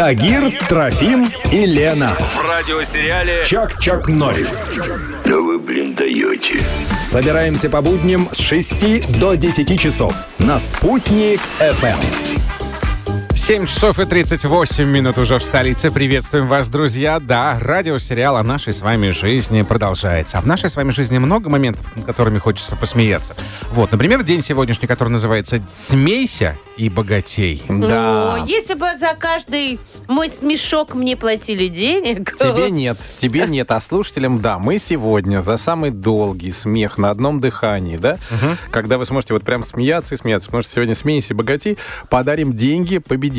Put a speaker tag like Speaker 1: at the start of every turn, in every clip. Speaker 1: Тагир, Трофим и Лена.
Speaker 2: В радиосериале
Speaker 1: Чак-Чак Норрис.
Speaker 3: Да вы, блин, даете.
Speaker 1: Собираемся по будням с 6 до 10 часов на «Спутник Эм». ФМ».
Speaker 4: 7 часов и 38 минут уже в столице. Приветствуем вас, друзья. Да, радиосериал о нашей с вами жизни продолжается. А в нашей с вами жизни много моментов, над которыми хочется посмеяться. Вот, например, день сегодняшний, который называется «Смейся и богатей».
Speaker 5: О, если бы за каждый мой смешок мне платили денег.
Speaker 6: Тебе нет, тебе нет, а слушателям да. Мы сегодня за самый долгий смех на одном дыхании, да? Когда вы сможете вот прям смеяться и смеяться, потому что сегодня смейся и богатей, подарим деньги победителю.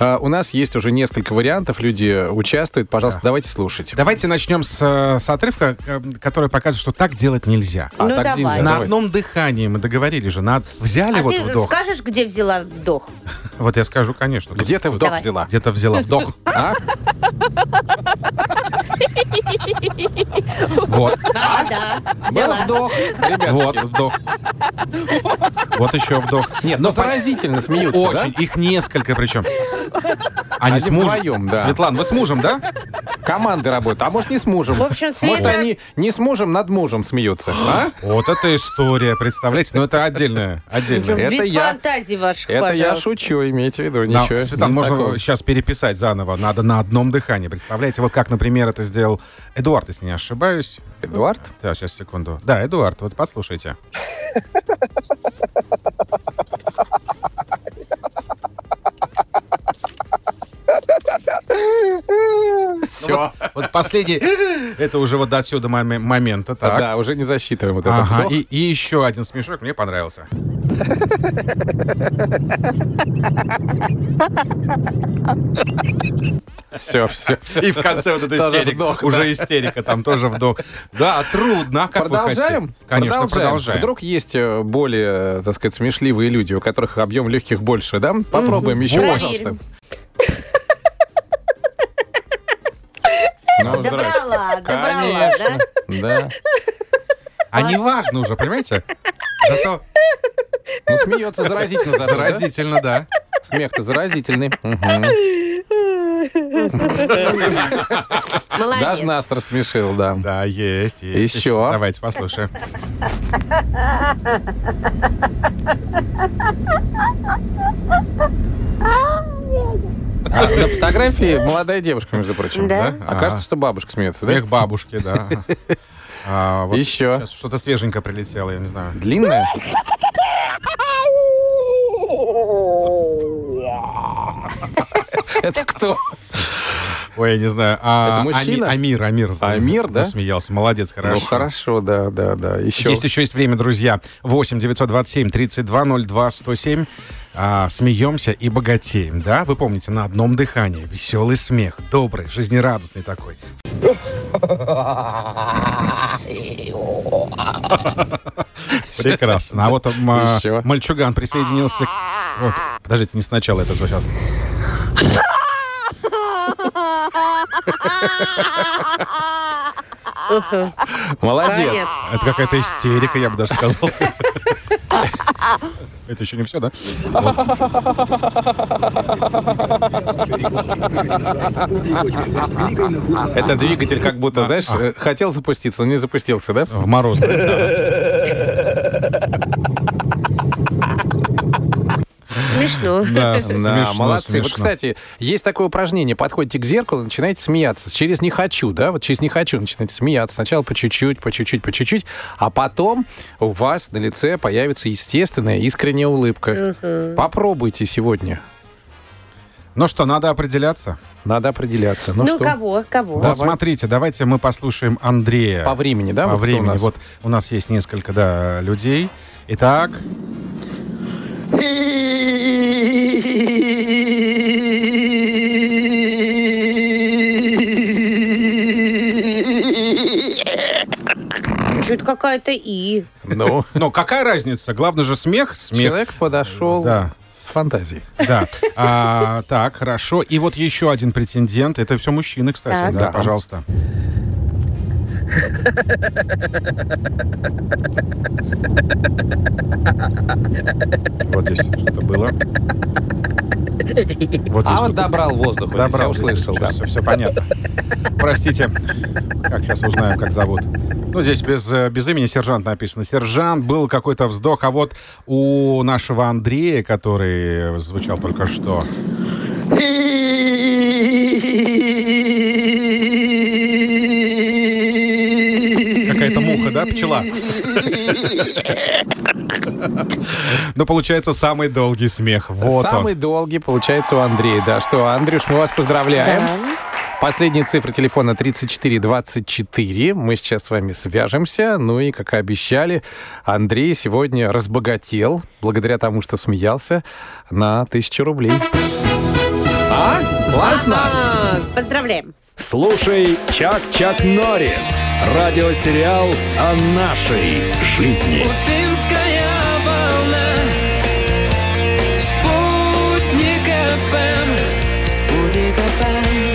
Speaker 6: А, у нас есть уже несколько вариантов, люди участвуют, пожалуйста, давайте слушать.
Speaker 4: Давайте начнем с, э, с отрывка, э, который показывает, что так делать нельзя.
Speaker 5: Ну,
Speaker 6: А, так
Speaker 5: давай.
Speaker 6: нельзя,
Speaker 4: На
Speaker 6: давай.
Speaker 4: одном дыхании мы договорились же. На... Взяли
Speaker 5: А
Speaker 4: вот
Speaker 5: ты
Speaker 4: вдох.
Speaker 5: скажешь, где взяла вдох?
Speaker 4: Вот я скажу, конечно.
Speaker 6: Где ты вдох
Speaker 5: Давай.
Speaker 6: взяла?
Speaker 4: Где-то взяла вдох.
Speaker 6: А?
Speaker 4: Вот,
Speaker 5: А, да, взяла.
Speaker 6: вдох. Ребятки.
Speaker 4: вот, вдох. Вот еще вдох.
Speaker 1: Ну,
Speaker 6: Нет, ну, но поразительно смеются,
Speaker 4: Очень. Их несколько причем. Они,
Speaker 6: Они
Speaker 4: с мужем.
Speaker 6: вдвоем, да.
Speaker 4: Светлан, вы с мужем, да?
Speaker 6: да? Команды работают, а может не с мужем.
Speaker 5: В общем,
Speaker 6: Может,
Speaker 5: Света,
Speaker 6: они не с мужем, над мужем смеются, а?
Speaker 4: Вот это история, представляете? Ну, это отдельная, отдельная.
Speaker 6: это
Speaker 5: без
Speaker 6: я.
Speaker 5: фантазий ваших,
Speaker 6: Это я
Speaker 5: пожалуйста.
Speaker 6: шучу, имейте в виду,
Speaker 4: Да,
Speaker 6: ничего.
Speaker 4: Светлан,
Speaker 6: нет
Speaker 4: можно
Speaker 6: такого.
Speaker 4: сейчас переписать заново. Надо на одном дыхании. Представляете, вот как, например, это сделал Эдуард, если не ошибаюсь.
Speaker 6: Эдуард?
Speaker 4: Да, сейчас, секунду. Да, Эдуард, вот послушайте.
Speaker 6: Все.
Speaker 4: Вот последний. Это уже вот до сюда моме- момента, так.
Speaker 6: Да, уже не засчитываем вот этот
Speaker 4: Ага,
Speaker 6: вдох.
Speaker 4: и, и еще один смешок мне понравился.
Speaker 6: Все, все, все.
Speaker 4: И в конце вот эта
Speaker 6: Тоже
Speaker 4: истерика.
Speaker 6: вдох,
Speaker 4: уже истерика, там тоже вдох. Да, трудно. А как вы хотите?
Speaker 6: Продолжаем?
Speaker 4: Конечно, продолжаем.
Speaker 6: Вдруг есть э, более, э, так сказать, смешливые люди, у которых объем легких больше, да? Попробуем еще,
Speaker 5: Проверим.
Speaker 6: пожалуйста. Ну, здрасте.
Speaker 5: Добрала, добрала, да?
Speaker 6: Конечно. Да.
Speaker 4: А не важно уже, понимаете? Зато
Speaker 6: Ну, смеется заразительно. зато, да?
Speaker 4: заразительно, да.
Speaker 6: Смех-то заразительный. Мгм.
Speaker 5: Молодец.
Speaker 6: Даже нас рассмешил, да.
Speaker 4: Да, есть, есть.
Speaker 6: Еще.
Speaker 4: Давайте послушаем.
Speaker 6: А на фотографии молодая девушка, между прочим.
Speaker 5: Да?
Speaker 6: А кажется, что бабушка смеется, да?
Speaker 4: Смех бабушки, да. А, вот
Speaker 6: Еще.
Speaker 4: Сейчас что-то свеженькое прилетело, я не знаю.
Speaker 6: Длинная? Это кто?
Speaker 4: Ой, я не знаю. А,
Speaker 6: Это мужчина?
Speaker 4: Ами- Амир, Амир.
Speaker 6: Амир, да?
Speaker 4: Смеялся. Молодец, хорошо.
Speaker 6: Ну хорошо, да, да, да. Еще.
Speaker 4: Есть еще есть время, друзья. 8 927 3202 107. А, смеемся и богатеем, да? Вы помните, на одном дыхании. Веселый смех, добрый, жизнерадостный такой. Прекрасно. А вот м, а,
Speaker 6: Еще.
Speaker 4: мальчуган присоединился к... Ой, подождите, не сначала это звучало.
Speaker 6: Молодец.
Speaker 4: Это какая-то истерика, я бы даже сказал. Это еще не все, да?
Speaker 6: Это двигатель как будто, знаешь, э, хотел запуститься, но не запустился, да?
Speaker 4: В мороз. да.
Speaker 5: Смешно.
Speaker 4: Да,
Speaker 6: Да,
Speaker 4: смешно,
Speaker 6: молодцы. Вот,
Speaker 4: смешно.
Speaker 6: кстати, есть такое упражнение. Подходите к зеркалу, начинаете смеяться. Через «не хочу», да? Вот через «не хочу» начинаете смеяться. Сначала по чуть-чуть, по чуть-чуть, по чуть-чуть, а потом у вас на лице появится естественная искренняя улыбка. Попробуйте сегодня.
Speaker 4: Ну что, надо определяться?
Speaker 6: Надо определяться. Ну,
Speaker 5: Ну,
Speaker 6: что?
Speaker 5: кого, кого?
Speaker 4: Вот смотрите, давайте мы послушаем Андрея.
Speaker 6: По времени, да?
Speaker 4: По
Speaker 6: вот кто у
Speaker 4: времени.
Speaker 6: нас?
Speaker 4: Вот у нас есть несколько, да, людей. Итак,
Speaker 5: Тут какая-то И.
Speaker 6: Ну,
Speaker 4: ну какая разница? Главное же смех, смех.
Speaker 6: человек подошел
Speaker 4: Да.
Speaker 6: с фантазией.
Speaker 4: Да. А, так, хорошо. И вот еще один претендент. Это все мужчины, кстати.
Speaker 5: Так.
Speaker 4: Да,
Speaker 6: Да.
Speaker 4: пожалуйста. Вот здесь что-то было. Вот
Speaker 6: А
Speaker 4: если-
Speaker 6: вот добрал воздух.
Speaker 4: Добрал,
Speaker 6: я услышал, да.
Speaker 4: Все, понятно. Простите. Как сейчас узнаем, как зовут. Ну, здесь без, э, без имени сержант написано. Сержант, был какой-то вздох. А вот у нашего Андрея, который звучал только что, какая-то муха, да, пчела? Ну, получается, самый долгий смех. Вот
Speaker 6: Самый
Speaker 4: он.
Speaker 6: долгий получается у Андрея. Да что, Андрюш, мы вас поздравляем. Последняя цифра телефона 3424. Мы сейчас с вами свяжемся. Ну и, как и обещали, Андрей сегодня разбогател благодаря тому, что смеялся на тысячу рублей. А? Классно!
Speaker 5: А, Поздравляем.
Speaker 1: Слушай Чак-Чак Норрис. Радиосериал о нашей жизни.
Speaker 2: Спутник ФМ, Спутник ФМ.